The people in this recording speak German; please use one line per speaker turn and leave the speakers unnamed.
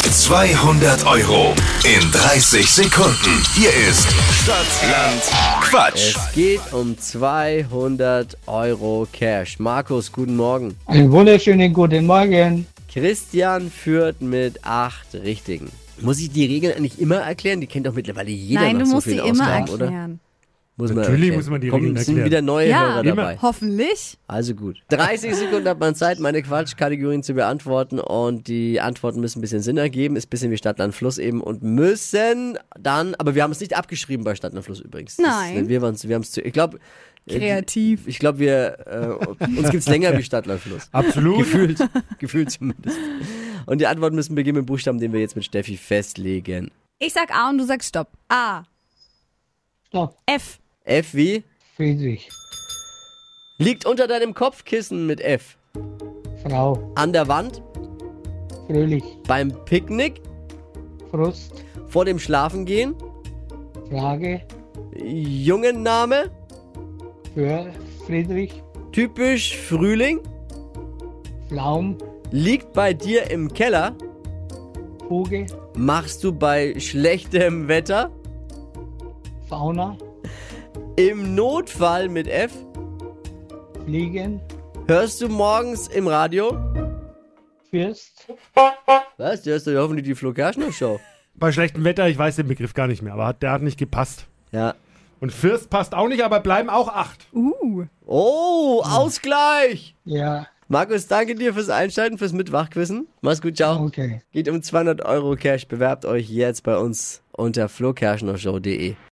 200 Euro in 30 Sekunden. Hier ist Stadtland Quatsch.
Es geht um 200 Euro Cash. Markus, guten Morgen.
Einen wunderschönen guten Morgen.
Christian führt mit acht Richtigen. Muss ich die Regeln eigentlich immer erklären? Die kennt doch mittlerweile jeder
Nein,
nach
du
so
musst sie
vielen
immer
Ausgaben, oder?
erklären.
Muss man
Natürlich muss man die
Komm,
Regeln
es sind
erklären.
wieder neue
Ja.
Hörer
Immer.
dabei.
Hoffentlich.
Also gut. 30 Sekunden hat man Zeit, meine Quatschkategorien zu beantworten und die Antworten müssen ein bisschen Sinn ergeben, ist ein bisschen wie Stadt, Land, Fluss eben und müssen dann, aber wir haben es nicht abgeschrieben bei Stadt, Land, Fluss übrigens. Das-
Nein.
wir waren wir haben es zu, ich äh, glaube...
Kreativ.
Ich glaube, wir äh, uns gibt's länger wie Stadt, Land, Fluss.
Absolut.
Gefühlt. Gefühlt zumindest. Und die Antworten müssen beginnen mit Buchstaben, den wir jetzt mit Steffi festlegen.
Ich sag A und du sagst Stopp. A.
Stopp,
F.
F wie?
Friedrich,
Liegt unter deinem Kopfkissen mit F.
Frau,
An der Wand,
Fröhlich,
beim Picknick,
Frust,
vor dem Schlafengehen,
Frage,
Jungenname,
für Friedrich,
typisch Frühling,
Flaum,
liegt bei dir im Keller,
Fuge,
machst du bei schlechtem Wetter,
Fauna,
im Notfall mit F,
Fliegen,
hörst du morgens im Radio.
Fürst,
Was? Du hörst doch hoffentlich die Flo Kerschner Show.
Bei schlechtem Wetter, ich weiß den Begriff gar nicht mehr, aber hat, der hat nicht gepasst.
Ja.
Und Fürst passt auch nicht, aber bleiben auch acht.
Uh.
Oh, Ausgleich!
ja,
Markus, danke dir fürs Einschalten, fürs Mitwachquissen. Mach's gut, ciao.
okay.
Geht um 200 Euro Cash. Bewerbt euch jetzt bei uns unter flokerschnershow.de.